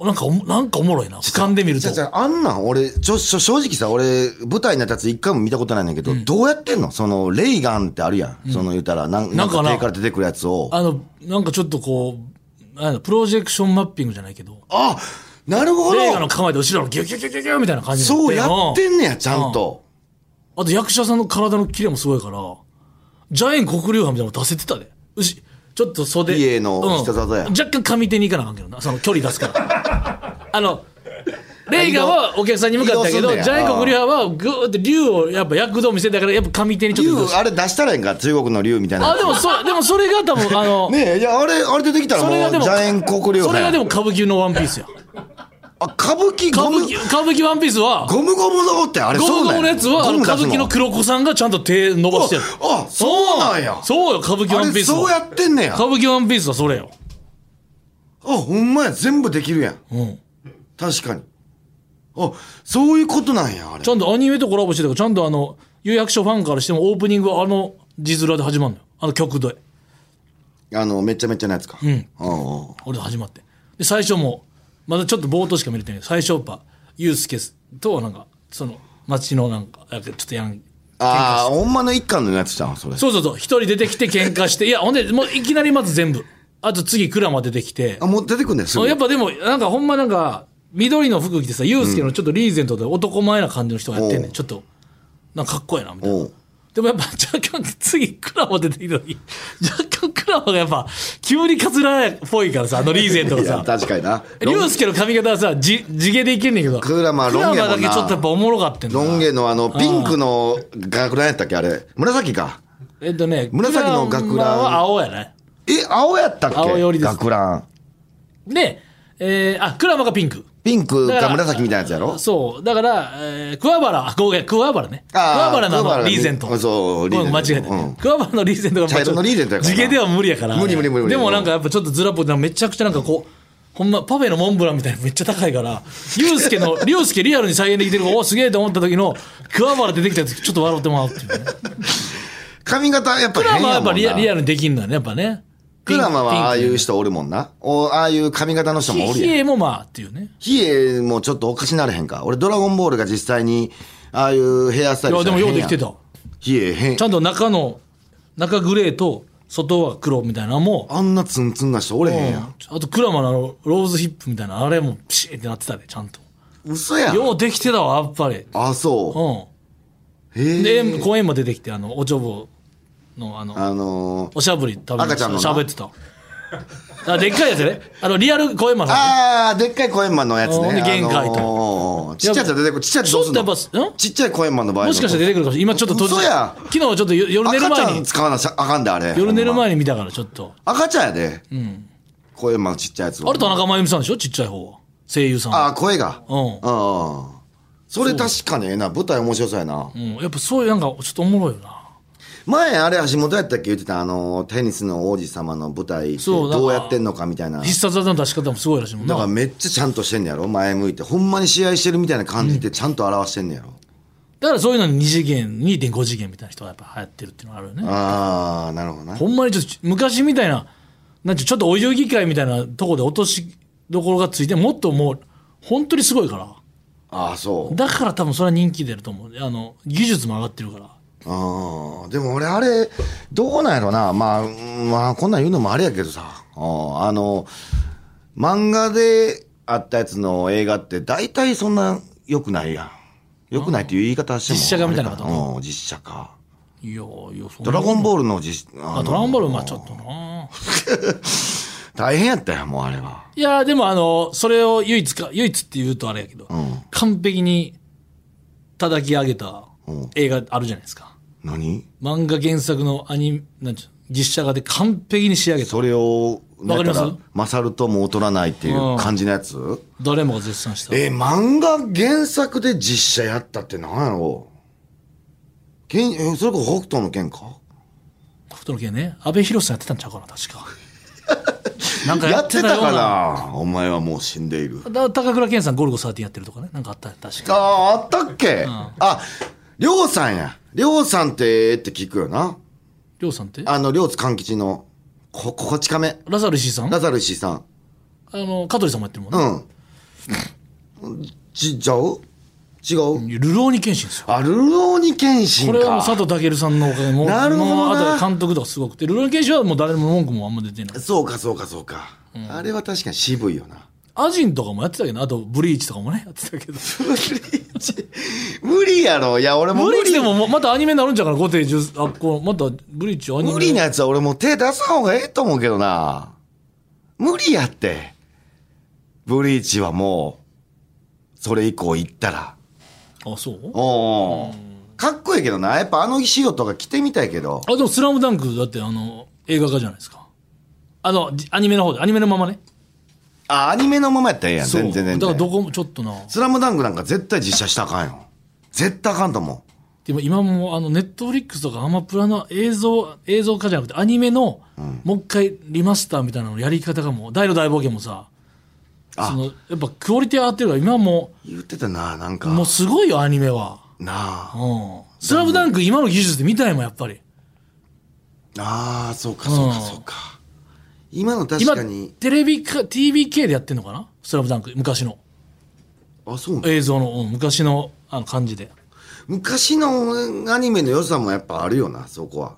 Speaker 3: なんかおも、なんかおもろいな。俯瞰で見る
Speaker 4: じ
Speaker 3: と
Speaker 4: ゃ。じゃあんなん、俺、ちょ、ちょ正直さ、俺、舞台になったやつ一回も見たことないねんだけど、どうやってんのその、レイガンってあるやん。その、言うたら、なん
Speaker 3: な
Speaker 4: なんん
Speaker 3: かな
Speaker 4: か手から出てくるやつを。あ、
Speaker 3: あの、なんかちょっとこう、なんだプロジェクションマッピングじゃないけど、
Speaker 4: なるほ
Speaker 3: 映画の
Speaker 4: ど
Speaker 3: 構えで後ろのギュギュギュギュギュみたいな感じにな
Speaker 4: そうやって
Speaker 3: うん
Speaker 4: ねや、ちゃんと。
Speaker 3: あと役者さんの体のキレもすごいから、ジャイン黒竜派みたいなの出せてたで。うし、ちょっと袖。
Speaker 4: 美瑛の
Speaker 3: うん
Speaker 4: 必殺技や
Speaker 3: 若干上手に行かなあかんけどな。その距離出すから。 あの、レイガはお客さんに向かったけ
Speaker 4: 移動
Speaker 3: ど、
Speaker 4: すん
Speaker 3: ジ
Speaker 4: ねや
Speaker 3: ャイン黒竜派はぐーって竜をやっぱ躍動見せたから、やっぱ上手にちょっと
Speaker 4: 竜
Speaker 3: 移動して。
Speaker 4: あれ出したらええんか中国の竜みたいな
Speaker 3: あ、でもそ、でもそれが多分、あの、
Speaker 4: ねえいやあれあれ出てきたら
Speaker 3: そ
Speaker 4: もう
Speaker 3: れがでも、
Speaker 4: ジャエン国竜
Speaker 3: それがでも
Speaker 4: 派
Speaker 3: 歌舞伎のワンピースや。
Speaker 4: あ歌舞伎
Speaker 3: 歌
Speaker 4: ゴ
Speaker 3: 舞
Speaker 4: ム
Speaker 3: 伎、歌舞伎ワンピースは、
Speaker 4: ゴムゴムのってあれ
Speaker 3: ゴ
Speaker 4: そ
Speaker 3: ム
Speaker 4: う
Speaker 3: ゴ
Speaker 4: なん
Speaker 3: ムのやつは、あの歌舞伎の黒子さんがちゃんと手伸ばしてる。
Speaker 4: ああそうなんや
Speaker 3: そうよ、歌舞伎
Speaker 4: あ
Speaker 3: ワンピ
Speaker 4: れ
Speaker 3: ースは。
Speaker 4: そうやってんねや
Speaker 3: 歌
Speaker 4: あ
Speaker 3: 舞伎ワンピースはそれよ。
Speaker 4: ほんまや全部できるやん
Speaker 3: うん。
Speaker 4: 確かにあそういうことなんやあれ
Speaker 3: ちゃんとアニメとコラボしてたから、ちゃんとあの、有役所ファンからしてもオープニングはあの字面で始まるのよ。あの曲で。
Speaker 4: あのめちゃめちゃなやつかうんうんうん
Speaker 3: 俺で始まって。で、最初も、まだちょっと冒頭しか見れてないけど、最初やっぱ、ユースケとはなんか、その、街のなんか、ちょっとやん、
Speaker 4: ああほんまの一巻のやつじゃんそれ
Speaker 3: そうそうそう、一人出てきて喧嘩して、いや、ほんで、もういきなりまず全部。あと次、クラマ出てきて
Speaker 4: あ。もう出てくんねんすぐ
Speaker 3: やっぱでも、なんかほんまなんか、緑の服着てさ、ユースケのちょっとリーゼントで男前な感じの人がやってん
Speaker 4: お
Speaker 3: ねん。
Speaker 4: う
Speaker 3: ちょっと、なんかかっこいいな、みたいな。
Speaker 4: おう
Speaker 3: でもやっぱ、若干、次、クラマ出てきた時、 若干クラマがやっぱ、急にカツラっぽいからさ、あのリーゼントが
Speaker 4: いや
Speaker 3: さ。
Speaker 4: 確かにな
Speaker 3: リュウスケの髪型はさ、じ、地毛でいけんねんけど。
Speaker 4: クラマロン毛やも
Speaker 3: だ
Speaker 4: んな
Speaker 3: けちょっとやっぱおもろかってんな
Speaker 4: ロン毛のあのピンクの学ランやったっけあれ紫か
Speaker 3: えっとね、
Speaker 4: 紫の学ラン
Speaker 3: クラマは青やね。
Speaker 4: え青やったっけ
Speaker 3: 青寄りです
Speaker 4: 学ラン
Speaker 3: で、えー、あ、クラマがピンク。
Speaker 4: ピンク
Speaker 3: だから
Speaker 4: が紫みたいなやつやろ
Speaker 3: そう。だから、えー、桑原、あ、ごめん、桑原ね。桑
Speaker 4: あー
Speaker 3: 原の
Speaker 4: 桑
Speaker 3: あの
Speaker 4: 原
Speaker 3: リーゼント。
Speaker 4: そうリーゼント
Speaker 3: ごめん間違えた。
Speaker 4: うん
Speaker 3: 桑原のリーゼントが
Speaker 4: 茶色のリーゼントやからな
Speaker 3: 地毛では無理やから。
Speaker 4: 無理無理無理無理
Speaker 3: でもなんかやっぱちょっとずらっぽい。なんかめちゃくちゃなんかこう、ほんま、パフェのモンブランみたいなめっちゃ高いから、ユうスケ の、リュウスケリアルに再現できてるから、おーすげえと思った時の、桑原出てきた時ちょっと笑ってもらうっていうね。
Speaker 4: 髪型やっぱ
Speaker 3: 桑
Speaker 4: 変
Speaker 3: 原はや
Speaker 4: や
Speaker 3: っぱ
Speaker 4: もん
Speaker 3: リアリ
Speaker 4: な
Speaker 3: アルにできんのよね、やっぱね。
Speaker 4: クラマはああいう
Speaker 3: 人
Speaker 4: 人おるもんなおああいう髪型の人もおる
Speaker 3: ヒ
Speaker 4: やん
Speaker 3: エもまあっていうね。
Speaker 4: ヒエもちょっとおかしなれへんか俺ドラゴンボールが実際にああいうヘアスタイ
Speaker 3: い
Speaker 4: ルした
Speaker 3: や、で
Speaker 4: ら
Speaker 3: もよう
Speaker 4: 変
Speaker 3: で
Speaker 4: や
Speaker 3: き
Speaker 4: ん
Speaker 3: てた。
Speaker 4: ヒエ変
Speaker 3: ちゃんと中の、中グレーと、外は黒みたいなのも、
Speaker 4: あんなツンツンな人おれへんやん
Speaker 3: あとクラマのあのローズヒップみたいな、あれもピシーってなってたで、ちゃんと。
Speaker 4: 嘘やん
Speaker 3: ようできてたわ、やっぱり。
Speaker 4: あそう
Speaker 3: うん。
Speaker 4: へえ
Speaker 3: で、公園も出てきて、あの、おちょぼの、あの、
Speaker 4: あのー
Speaker 3: おしゃぶり食べ
Speaker 4: 赤ちゃんのな
Speaker 3: 喋ってた。あでっかいやつやね。あの、リアル公園マンさんね。
Speaker 4: ああでっかいコエンマンのやつ
Speaker 3: ほん
Speaker 4: ね
Speaker 3: で弦書いたり
Speaker 4: あのーちっちゃいやつが出てくるちっちゃいやつどうすん
Speaker 3: ちょっとやっ
Speaker 4: の
Speaker 3: ぱん
Speaker 4: ちっちゃいコエンマンの場合
Speaker 3: もしかして出てくるかもしれない。今ちょっと閉じ
Speaker 4: 嘘や
Speaker 3: 昨日ちょっと夜夜寝る
Speaker 4: 赤
Speaker 3: 前
Speaker 4: ちゃん
Speaker 3: に、
Speaker 4: 使わなしゃあかんであれ
Speaker 3: 夜寝る
Speaker 4: ほんま
Speaker 3: 前に見たから、ちょっと。
Speaker 4: 赤ちゃんやで、声まちっちゃいやつは
Speaker 3: あれ田中真由美さんでしょちっちゃい方は。声優さんは。
Speaker 4: ああ声が
Speaker 3: うん
Speaker 4: うんそれ確かにええな舞台面白そうやな
Speaker 3: うん、やっぱそういうなんかちょっとおもろいよな。
Speaker 4: 前あれ橋本やったっけ言ってたあのテニスの王子様の舞台って
Speaker 3: そうだから
Speaker 4: どうやってんのかみたいな
Speaker 3: 必殺技の出し方もすごいらしいもん
Speaker 4: だ
Speaker 3: な。
Speaker 4: から
Speaker 3: だか
Speaker 4: めっちゃちゃんとしてんねやろ前向いてほんまに試合してるみたいな感じでちゃんと表してんねやろ、
Speaker 3: だからそういうのに2次元2.5次元みたいな人がやっぱ流行ってるっていうのがあるよね
Speaker 4: ああ、なるほどな。
Speaker 3: ほんまにちょっと昔みたいな、なんていうちょっとお遊戯会みたいなとこで落としどころがついて、もっともう、本当にすごいから。
Speaker 4: ああ、そう。
Speaker 3: だから多分それは人気出ると思う。あの、技術も上がってるから。
Speaker 4: ああ、でも俺あれ、どうなんやろな。まあ、うんまあ、こんなん言うのもあれやけどさ。あーあの、漫画であったやつの映画って大体そんな良くないやん。良くないっていう言い方しても。
Speaker 3: 実写化みたいな
Speaker 4: あれか
Speaker 3: こと
Speaker 4: うん、実写化。
Speaker 3: いやー、いや、そん
Speaker 4: ド
Speaker 3: な
Speaker 4: ラゴンボールの実、あ
Speaker 3: あ、
Speaker 4: の
Speaker 3: ドラゴンボール、まあちょっとな。
Speaker 4: 大変やったよ、もうあれは。
Speaker 3: いやー、でもあの、それを唯一か、唯一って言うとあれやけど、
Speaker 4: ん
Speaker 3: 完璧に叩き上げた
Speaker 4: うん
Speaker 3: 映画あるじゃないですか。
Speaker 4: 何
Speaker 3: 漫画原作のアニメ、なんちゅう、実写化で完璧に仕上げた。
Speaker 4: それを、
Speaker 3: わかります
Speaker 4: だら勝るとも劣らないっていう感じのやつ、
Speaker 3: 誰もが絶賛した。
Speaker 4: えー、漫画原作で実写やったってなんやろけんえーそれこそ北斗の剣か
Speaker 3: 太の系ね安倍博さんやってたんちゃうかな確 かなんか
Speaker 4: や
Speaker 3: や
Speaker 4: っ
Speaker 3: ってて
Speaker 4: た
Speaker 3: たよう
Speaker 4: か
Speaker 3: な
Speaker 4: らお前はもう死んでいる。
Speaker 3: だ高倉健さんゴルゴ13やってるとかねなんかあったよ確か
Speaker 4: ああ、あったっけ、あ、りょうさんや。りょうさんって、って聞くよな。
Speaker 3: りょうさんって
Speaker 4: あの、りょうつ勘吉の、こ、ここち亀。
Speaker 3: ラザル石井さん
Speaker 4: ラ
Speaker 3: あ
Speaker 4: ザル石井さん。
Speaker 3: の香取さんもやってるもん
Speaker 4: う
Speaker 3: ね、
Speaker 4: ん。ち、ちゃう違う
Speaker 3: 流浪に剣心ですよ
Speaker 4: あ、ルローニケンシン
Speaker 3: こ
Speaker 4: か。
Speaker 3: れはもう佐藤健さんのおかげもう
Speaker 4: なるほどな
Speaker 3: もうあと監督とかすごくて流浪に剣心はもう誰も文句もあんま出てない
Speaker 4: そうか、そうか、そうか、あれは確かに渋いよな。
Speaker 3: アジンとかもやってたけどあとブリーチとかもねやってたけど
Speaker 4: 無理無理やろ。いや、俺も
Speaker 3: ブ
Speaker 4: 無
Speaker 3: リーチ
Speaker 4: 理
Speaker 3: で。ももうまたアニメになるんじゃうから5十あこうまたブリーチアニメ
Speaker 4: 無理なやつは俺もう手出さん方がええと思うけどな。無理やって。ブリーチはもう、それ以降行ったら。
Speaker 3: あそう
Speaker 4: おーかっこいいけどな。やっぱあの仕様とか着てみたいけど。
Speaker 3: あでも「スラムダンクだってあの映画化じゃないですかあのじアニメの方でアニメのままね
Speaker 4: あ、アニメのままやったらええやん。
Speaker 3: そう
Speaker 4: 全然全
Speaker 3: だからど
Speaker 4: 然。
Speaker 3: こもちょっとな
Speaker 4: スラムダンクなんか絶対実写したらあかんよ。絶対あかんと思う。
Speaker 3: でも今もあのネットフリックスとかアマプラの映像映像化じゃなくてアニメのもう一回リマスターみたいなのやり方がもう大の大冒険もさ
Speaker 4: あ
Speaker 3: そのやっぱクオリティ上がってるから今も
Speaker 4: 言ってたな、なんか。
Speaker 3: もうすごいよアニメは
Speaker 4: な
Speaker 3: う
Speaker 4: あ。
Speaker 3: ん「スラムダンク今の技術で見たいもんやっぱり
Speaker 4: ああ、そうか、そうか、
Speaker 3: うん
Speaker 4: そうか。今の確
Speaker 3: 今
Speaker 4: かに。
Speaker 3: テレビか TBK でやってんのかな「スラムダンク昔の
Speaker 4: あ、そうなん
Speaker 3: 映像の、うん昔のあの感じで
Speaker 4: 昔のアニメの良さもやっぱあるよな、そこは。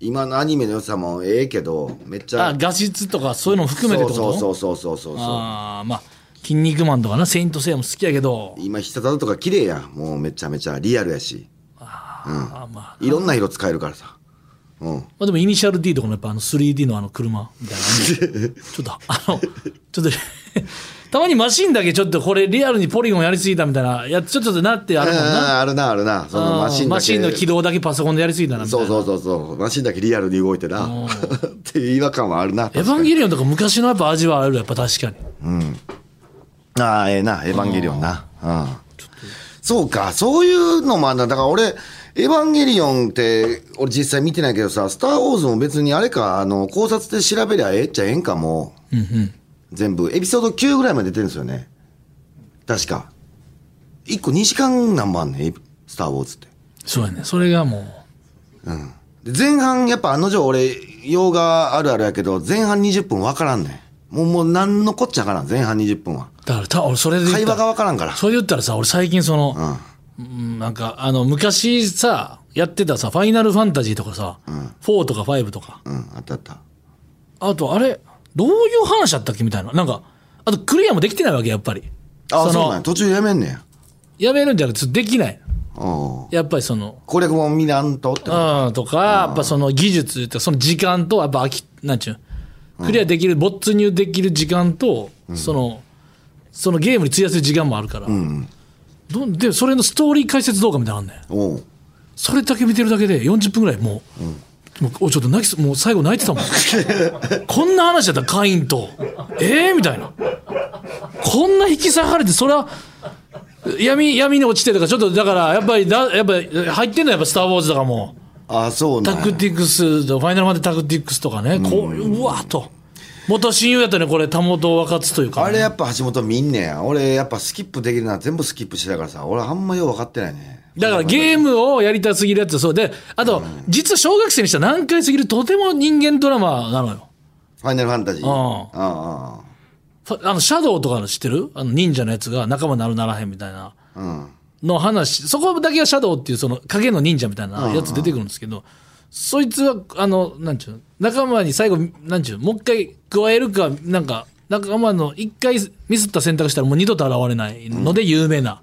Speaker 4: 今のアニメの良さもええけど、めっちゃ。
Speaker 3: あ画質とかそういうのも含めてってこと
Speaker 4: そうそううそうそうそうそう。
Speaker 3: あーまあ「筋肉マン」とかな「セイント・セイヤ」も好きやけど、
Speaker 4: 今、ひさたとか綺麗やん。もうめちゃめちゃリアルやし。
Speaker 3: あーまあ、
Speaker 4: いろんな色使えるからさ。うん。
Speaker 3: まあでもイニシャル D とかのやっぱあの 3D のあの車みたいなちょっとあの ちょっとたまにマシンだけちょっとこれリアルにポリゴンやりすぎたみたいなやつちょっとなってあるもんな
Speaker 4: ああるな、あるな。そのマシンだけ。
Speaker 3: マシンの起動だけパソコンでやりすぎたなみたい
Speaker 4: そ
Speaker 3: な
Speaker 4: うそうそうそう。マシンだけリアルに動いてな。 っていう違和感はあるな。
Speaker 3: エヴァンゲリオンとか昔のやっぱ味はあるやっぱ確かに
Speaker 4: ああ、ええな、エヴァンゲリオンな。うん。そうか、そういうのもあんだ。だから俺、エヴァンゲリオンって、俺実際見てないけどさ、スター・ウォーズも別にあれか、あの、考察で調べりゃええっちゃええんかも。全部、エピソード9ぐらいまで出てるんですよね。確か。1個2時間何万ねん、スター・ウォーズって。
Speaker 3: そうやねそれがも
Speaker 4: で前半、やっぱあの定俺、用があるあるやけど、前半20分わからんねん。もう、もう何のこっちゃわからん、前半20分は。
Speaker 3: うだからた俺それで言
Speaker 4: 会
Speaker 3: った
Speaker 4: 話
Speaker 3: ら
Speaker 4: がわからんから。
Speaker 3: それ言ったらさ、俺最近その、うんなんか、あの、昔さ、やってたさ、ファイナルファンタジーとかさ、4とか5とか、
Speaker 4: うん、あったあった。
Speaker 3: あと、あれ、どういう話だったっけみたいな。なんか、あと、クリアもできてないわけ、やっぱり。
Speaker 4: あ、
Speaker 3: の
Speaker 4: そうなんや途中やめんねや。
Speaker 3: やめるんじゃなくて、できない。
Speaker 4: お
Speaker 3: やっぱりその、
Speaker 4: 攻略も見なんとってこと
Speaker 3: うん、とか、やっぱその技術とか、その時間と、やっぱ飽き、なんちゅうの、クリアできる、没入できる時間と、その、そのゲームに費やせる時間もあるから、どんで、それのストーリー解説動画みたいなのあんねん。
Speaker 4: おう
Speaker 3: それだけ見てるだけで40分ぐらいもう、もうおちょっと泣きそうもう最後泣いてたもん こんな話だったカインとええみたいなこんな引き裂かれてそれは闇闇に落ちてとかちょっとだからやっぱりだやっぱり入ってんのやっぱ「スター・ウォーズ」とかも
Speaker 4: あ、そうなん
Speaker 3: タ
Speaker 4: や
Speaker 3: クティクスとファイナルマンでタクティクスとかねこううわっと元親友やったねこれ田本若津というか、
Speaker 4: あれやっぱ橋本見んねや。俺やっぱスキップできるなら全部スキップしてたからさ、俺あんまよう分かってないね。
Speaker 3: だからゲームをやりたすぎるやつそうであと、実は小学生にしたら難解すぎるとても人間ドラマなのよ
Speaker 4: ファイナルファンタジー。
Speaker 3: あ
Speaker 4: あ
Speaker 3: ふあのシャドウとかの知ってるあの忍者のやつが仲間なるならへんみたいな
Speaker 4: あ、うん。
Speaker 3: の話そこだけがシャドウっていうその影の忍者みたいなやつ出てくるんですけど、そいつはあのなんちゅうの仲間に最後なんちゅうのもう一回加えるかなんか仲間の一回ミスった選択したらもう二度と現れないので有名な、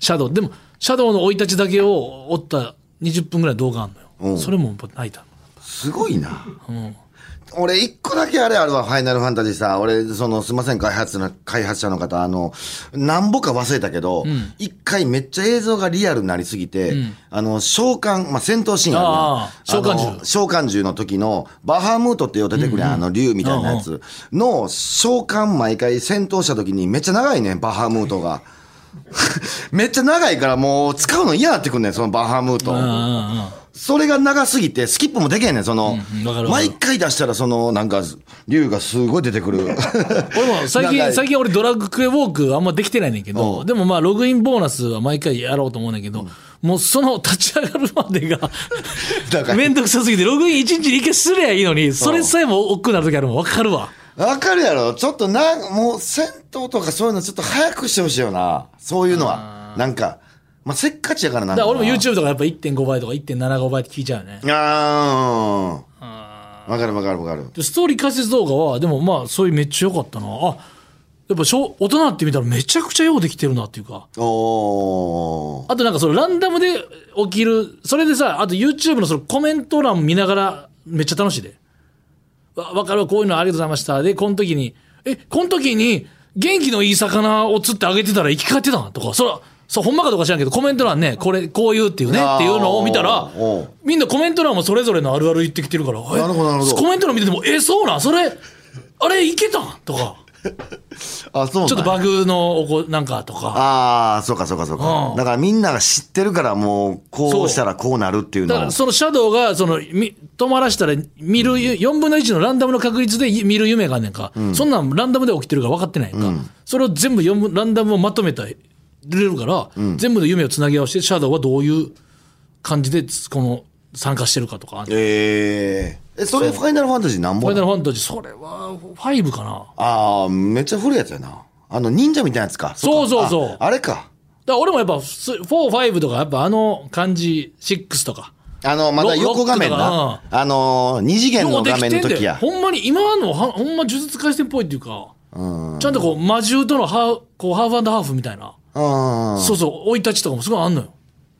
Speaker 3: シャドウでもシャドウの生い立ちだけを追った20分ぐらい動画あん
Speaker 4: う
Speaker 3: のよ
Speaker 4: ん
Speaker 3: それもやっぱ泣いた
Speaker 4: すごいな。俺、一個だけあれあるわ、ファイナルファンタジーさ。俺、その、すいません、開発の、開発者の方、あの、なんぼか忘れたけど、一、回めっちゃ映像がリアルになりすぎて、あの、召喚、まあ、戦闘シーンあるやん
Speaker 3: ああ
Speaker 4: あの
Speaker 3: 召喚獣
Speaker 4: 召喚獣の時の、バハムートってよう出てくるやん、あの、竜みたいなやつの、召喚毎回戦闘した時にめっちゃ長いねん、バハムートが。 めっちゃ長いからもう使うの嫌になってくんねん、そのバハムート。
Speaker 3: うんうんうん
Speaker 4: それが長すぎて、スキップもできへんねん、その
Speaker 3: うんうんわかる、わかる
Speaker 4: 毎回出したら、その、なんか、竜がすごい出てくる。
Speaker 3: 俺も 最
Speaker 4: なん
Speaker 3: 近、
Speaker 4: か
Speaker 3: 最近俺ドラクエウォークあんまできてないねんけ
Speaker 4: う
Speaker 3: ど、
Speaker 4: ん
Speaker 3: でもまあログインボーナスは毎回やろうと思うねんけど、もうその立ち上がるまでが
Speaker 4: だから
Speaker 3: めんどくさすぎて、ログイン1日に1回すりゃいいのに、それさえも億劫になる時あるもん、わかるわ。
Speaker 4: わかるやろちょっとな、もう、戦闘とかそういうのちょっと早くしてほしいよな。そういうのは。なんか、まあ、せっかちやからな
Speaker 3: だ
Speaker 4: ん
Speaker 3: か
Speaker 4: な。
Speaker 3: ら俺も YouTube とかやっぱ1.5倍とか1.75倍って聞いちゃうよね。
Speaker 4: あーわかるわかるわかる。
Speaker 3: でストーリー解説動画は、でもまあそういうめっちゃ良かったな。あ、やっぱ小大人って見たらめちゃくちゃようできてるなっていうか。
Speaker 4: おー。
Speaker 3: あとなんかそのランダムで起きる、それでさ、あと YouTube のそのコメント欄見ながらめっちゃ楽しいで。わ、わかるわこういうのありがとうございました。で、この時に、え、この時に元気のいい魚を釣ってあげてたら生き返ってたんとか、そら、そう、ほんまかどうか知らんけど、コメント欄ね、これ、こういうっていうね、っていうのを見たら
Speaker 4: あーおう、
Speaker 3: みんなコメント欄もそれぞれのあるある言ってきてるから、え
Speaker 4: なるほどなるほど
Speaker 3: コメント欄見てても、え、そうなんそれ、あれ、いけたんとか、
Speaker 4: あ、そうなん
Speaker 3: ちょっとバグのおこ、なんかとか。
Speaker 4: ああ、そうかそうかそうか
Speaker 3: う。ん
Speaker 4: だからみんなが知ってるから、もう、こうしたらこうなるっていう
Speaker 3: だ
Speaker 4: の
Speaker 3: か
Speaker 4: を
Speaker 3: ら。そのシャドウがそのみ止まらしたら見るゆ、4分の1のランダムの確率でい見る夢があんねんか、そんなんランダムで起きてるから分かってないやんか、それを全部4分ランダムをまとめたれるから、全部の夢をつなぎ合わせてシャドウはどういう感じでつこの参加してるかとかあんねん
Speaker 4: ええ。え、それファイナルファンタジーなん
Speaker 3: フ
Speaker 4: ぼ
Speaker 3: ァイ
Speaker 4: な
Speaker 3: ナ
Speaker 4: の
Speaker 3: ルファンタジーそれは5かな
Speaker 4: ああ、めっちゃ古いやつやな。あの、忍者みたいなやつか。
Speaker 3: そ
Speaker 4: っ
Speaker 3: う
Speaker 4: か
Speaker 3: そうそう
Speaker 4: ああれか。
Speaker 3: だから俺もやっぱ45とかやっぱあの感じ6とか
Speaker 4: あの、まだ
Speaker 3: ロ
Speaker 4: 横画面
Speaker 3: ロッ
Speaker 4: な
Speaker 3: ク。
Speaker 4: あのー、二次元
Speaker 3: よ
Speaker 4: の
Speaker 3: うで
Speaker 4: 画
Speaker 3: き
Speaker 4: 面の
Speaker 3: てん
Speaker 4: 時
Speaker 3: で
Speaker 4: や。
Speaker 3: ほんまに今のはほんま呪術廻戦っぽいっていうか
Speaker 4: うん。うん。
Speaker 3: ちゃんとこう魔獣とのハーフこうハーフハーフみたいなそうそう、生い立ちとかもすごいあんのよ。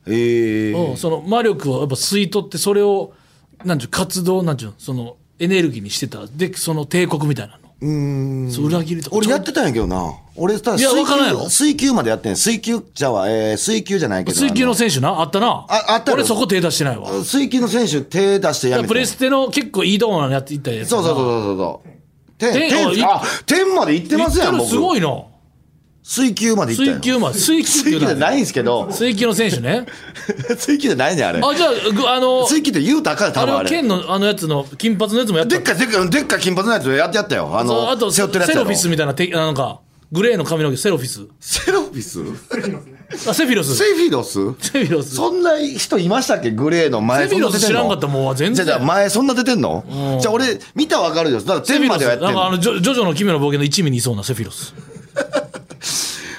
Speaker 4: ええ。
Speaker 3: うん、その魔力をやっぱ吸い取って、それを、なんちゅう、活動、なんちゅう、その、エネルギーにしてた。で、その帝国みたいなの。
Speaker 4: うん。
Speaker 3: そう裏切りとか。
Speaker 4: 俺やっ
Speaker 3: ちょ
Speaker 4: てたんやけどな。俺、ただ、
Speaker 3: いや
Speaker 4: 水
Speaker 3: わからんや
Speaker 4: 球、
Speaker 3: ろ
Speaker 4: 水球までやってん。水球じゃわ、えー、水球じゃないけど。
Speaker 3: 水球の
Speaker 4: あ
Speaker 3: 選手な、あったな。
Speaker 4: ああったよ
Speaker 3: 俺そこ手出してないわ。だ
Speaker 4: の。水球の選手手出してや
Speaker 3: か
Speaker 4: め
Speaker 3: ら
Speaker 4: て。
Speaker 3: プレステの結構いいとこなのやっていったやつ。
Speaker 4: そうそうそうそうそう。天、
Speaker 3: 天あ
Speaker 4: 天、
Speaker 3: い
Speaker 4: あ、天まで行ってますやん、
Speaker 3: 言っ
Speaker 4: 僕。
Speaker 3: てるすごいな。
Speaker 4: 水球まで行ったよ
Speaker 3: 水。球まで。水球って
Speaker 4: 水球
Speaker 3: い
Speaker 4: じゃ
Speaker 3: うの は
Speaker 4: ないんですけど、
Speaker 3: 水球の選手ね。
Speaker 4: 水球じゃないねん、あれ。
Speaker 3: あ、じゃあ、ぐ あの、
Speaker 4: 水球って言うたらあかんよ、
Speaker 3: あ
Speaker 4: 多
Speaker 3: れ
Speaker 4: 分
Speaker 3: は
Speaker 4: あれ。
Speaker 3: 剣のあのやつの、金髪のやつもやっ
Speaker 4: で
Speaker 3: た
Speaker 4: っかいでっかいでっかい金髪のやつやってやったよ。あ
Speaker 3: そう
Speaker 4: の、
Speaker 3: あと、
Speaker 4: 背
Speaker 3: セ
Speaker 4: 負ってるやつや
Speaker 3: ロ
Speaker 4: ろ
Speaker 3: フィスみたいな手、なんか、グレーの髪の毛、セロフィス。
Speaker 4: セロフィス
Speaker 3: あ、セフィロス。
Speaker 4: セフィロス
Speaker 3: セフィロス。
Speaker 4: そんな人いましたっけグレーの前。
Speaker 3: セフィロス
Speaker 4: そな出て
Speaker 3: 知らんかったもんわ全然
Speaker 4: じゃあじゃあ前そんな出てんのじゃあ俺、見たらわかるよ。だから
Speaker 3: セ
Speaker 4: 天
Speaker 3: フィロ
Speaker 4: ま
Speaker 3: ス
Speaker 4: ではやってん
Speaker 3: なんかあ
Speaker 4: の。
Speaker 3: の、ジョジョジョの奇妙な冒険の一味にいそうなセフィロス。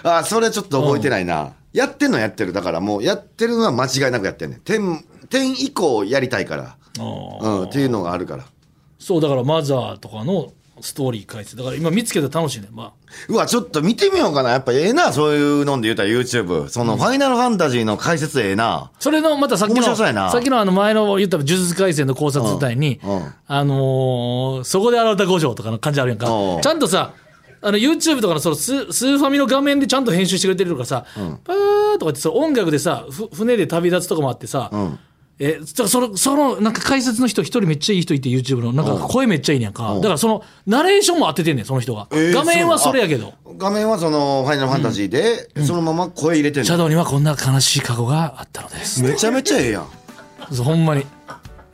Speaker 4: ああ、それちょっと覚えてないな。やってんのやってる。だからもう、やってるのは間違いなくやってんねん。天、天以降やりたいから。うん、っていうのがあるから。
Speaker 3: そう、だからマザーとかのストーリー解説。だから今見つけたら楽しいね。まあ、
Speaker 4: うわ、ちょっと見てみようかな。やっぱええな、そういうのんで言うたら YouTube。その、ファイナルファンタジーの解説ええな。
Speaker 3: それの、またさっき
Speaker 4: 面
Speaker 3: の、
Speaker 4: 白そうやな
Speaker 3: さっきのあの前の言った呪術廻戦の考察隊に、
Speaker 4: うんうん
Speaker 3: あのーそこで現れた五条とかの感じあるやんか
Speaker 4: うん。
Speaker 3: ちゃんとさ、あの YouTube とかのそのススーファミの画面でちゃんと編集してくれてるからさ、パーとかってその音楽でさ、ふ船で旅立つとかもあってさ、
Speaker 4: ん
Speaker 3: えだからそのそのなんか解説の人一人めっちゃいい人いて YouTube のなんか声めっちゃいいねやんか、だからそのナレーションも当ててんねんその人が、
Speaker 4: えー
Speaker 3: 画面はそれやけ
Speaker 4: そうなのあ
Speaker 3: ど
Speaker 4: 画面はそのファイナルファンタジーで、そのまま声入れてん
Speaker 3: シャ
Speaker 4: の、
Speaker 3: ドウにはこんな悲しい過去があったのです
Speaker 4: めちゃめちゃええやん
Speaker 3: そうほんまに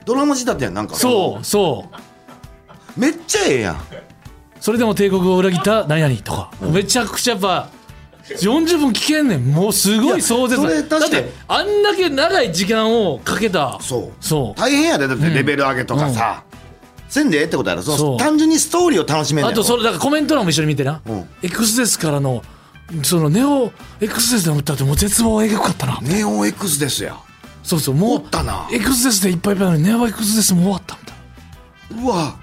Speaker 4: ドラマ仕立てやんなんか
Speaker 3: そうそう
Speaker 4: めっちゃええやん
Speaker 3: それでも帝国を裏切った何々とか、めちゃくちゃやっぱ40分聞けんねんもうすごい壮絶
Speaker 4: いやそれ確か
Speaker 3: だっ
Speaker 4: に
Speaker 3: てあんだけ長い時間をかけた
Speaker 4: そう
Speaker 3: そう
Speaker 4: 大変やでだってレベル上げとかさ、せんでええってことやろその
Speaker 3: そう
Speaker 4: 単純にストーリーを楽しめる
Speaker 3: あとそれだからコメント欄も一緒に見てな、
Speaker 4: ん
Speaker 3: エクスデスからのそのネオエクスデスで打ったってもう絶望がえぐかったな
Speaker 4: ネオン X ですや
Speaker 3: そうそうも
Speaker 4: おったな
Speaker 3: うエクスデスでいっぱいいっぱいなのにネオエクスデスも終わったみたいな
Speaker 4: うわ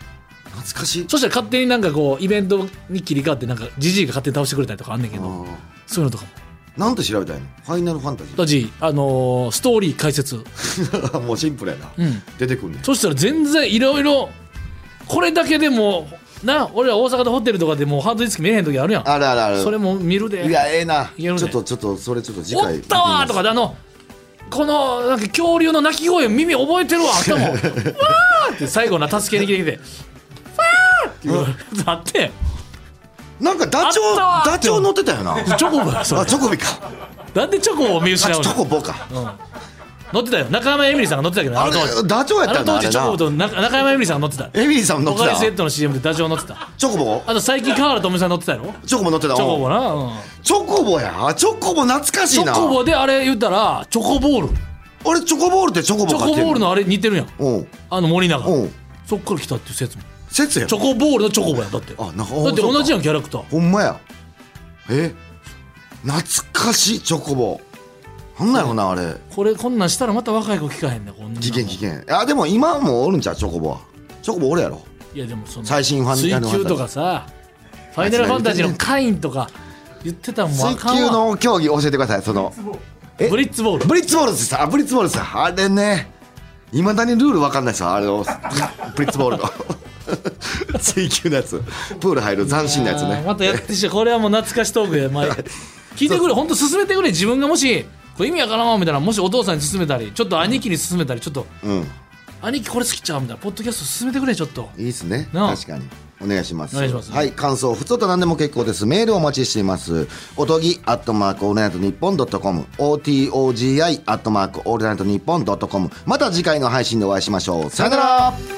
Speaker 4: 懐かしい
Speaker 3: そしたら勝手になんかこうイベントに切り替わってなんかジジイが勝手に倒してくれたりとかあんねんけどそういうのとかも
Speaker 4: なんて調べたいのファイナルファンタジ
Speaker 3: だし、あのーストーリー解説
Speaker 4: ー もうシンプルやな、
Speaker 3: ん
Speaker 4: 出てくんねん
Speaker 3: そしたら全然いろいろこれだけでもな俺ら大阪のホテルとかでもうハードディスク見えへん時あるやん
Speaker 4: あるあるある
Speaker 3: それも見るで
Speaker 4: いやええないち
Speaker 3: け
Speaker 4: ょ
Speaker 3: るね
Speaker 4: っとちょっとそれちょっと次
Speaker 3: お
Speaker 4: 回
Speaker 3: ったわーとかであのこのなんか恐竜の鳴き声耳覚えてる わ頭わーって最後な助けに来てきて「わー!」って言うだって
Speaker 4: なんかダチョ
Speaker 3: あったわ
Speaker 4: ウダチョウ乗ってたよ な
Speaker 3: チョコボやそれ
Speaker 4: あチョコビか
Speaker 3: なんでチョコを見
Speaker 4: あ
Speaker 3: 失う
Speaker 4: チ
Speaker 3: の
Speaker 4: ョコボか
Speaker 3: 乗ってたよ中山エミリさんが乗ってたけどあ
Speaker 4: あ
Speaker 3: の当
Speaker 4: れ
Speaker 3: 時
Speaker 4: ダチョウや
Speaker 3: あ
Speaker 4: った
Speaker 3: の
Speaker 4: んだ
Speaker 3: 当
Speaker 4: あ
Speaker 3: 時
Speaker 4: れ
Speaker 3: チョコボ
Speaker 4: な
Speaker 3: と中中山エミリさんが乗ってた
Speaker 4: エミリーさん乗
Speaker 3: お
Speaker 4: って
Speaker 3: か
Speaker 4: た
Speaker 3: りセットの CM でダチョウ乗ってた
Speaker 4: チョコボ
Speaker 3: あと最近河原智美さん乗ってたやろ
Speaker 4: チョコボ乗ってた
Speaker 3: チョコボ
Speaker 4: うん
Speaker 3: な、うん
Speaker 4: チョコボやあチョコボ懐かし
Speaker 3: チ
Speaker 4: いな
Speaker 3: ョコボであれ言ったらチョコボール
Speaker 4: 俺チョコボールってチョコ
Speaker 3: チ
Speaker 4: ボ
Speaker 3: ョ
Speaker 4: か
Speaker 3: コ
Speaker 4: って
Speaker 3: ボールのあれ似てるやん
Speaker 4: うん
Speaker 3: あの森永
Speaker 4: うん
Speaker 3: そっから来たっていう説も
Speaker 4: 説や
Speaker 3: チョコボールのチョコボやんだってだ
Speaker 4: あ
Speaker 3: っ
Speaker 4: なんか
Speaker 3: て同じやんキャラクター
Speaker 4: ほんまやえ懐かしいチョコボなんだろうなあれ
Speaker 3: これこんなんしたらまた若い子聞かへんねこんなん
Speaker 4: 事件事件あでも今もおるんちゃうチョコボはチョコボおるやろ
Speaker 3: いやでもその
Speaker 4: 最新ファン
Speaker 3: 追求とかさファイナルファンタジーのカインとか言ってたもんもう
Speaker 4: 水
Speaker 3: あかん
Speaker 4: 球
Speaker 3: わ
Speaker 4: の競技教えてくださいそのえ
Speaker 3: ブリッツボール
Speaker 4: ブリッツボールですあブリッツボールですあれねいまだにルールわかんないですよあれのブリッツボール の水球のやつプール入る斬新なやつ
Speaker 3: あー
Speaker 4: ね
Speaker 3: またやってしこれはもう懐かしトークで、まあ、聞いてくれ本当進めてくれ自分がもしこれ意味わからんわみたいなもしお父さんに勧めたりちょっと兄貴に勧めたりちょっと
Speaker 4: うん
Speaker 3: 兄貴これ好きちゃうみたいなポッドキャスト勧めてくれちょっと
Speaker 4: いいですね
Speaker 3: なあ
Speaker 4: 確かにお願いします
Speaker 3: お願いします
Speaker 4: はい感想普通と何でも結構ですメールお待ちしていますおとぎアットマークオールナイトニッポンドットコム OTOGI アットマークオールナイトニッポンドットコムまた次回の配信でお会いしましょうさよなら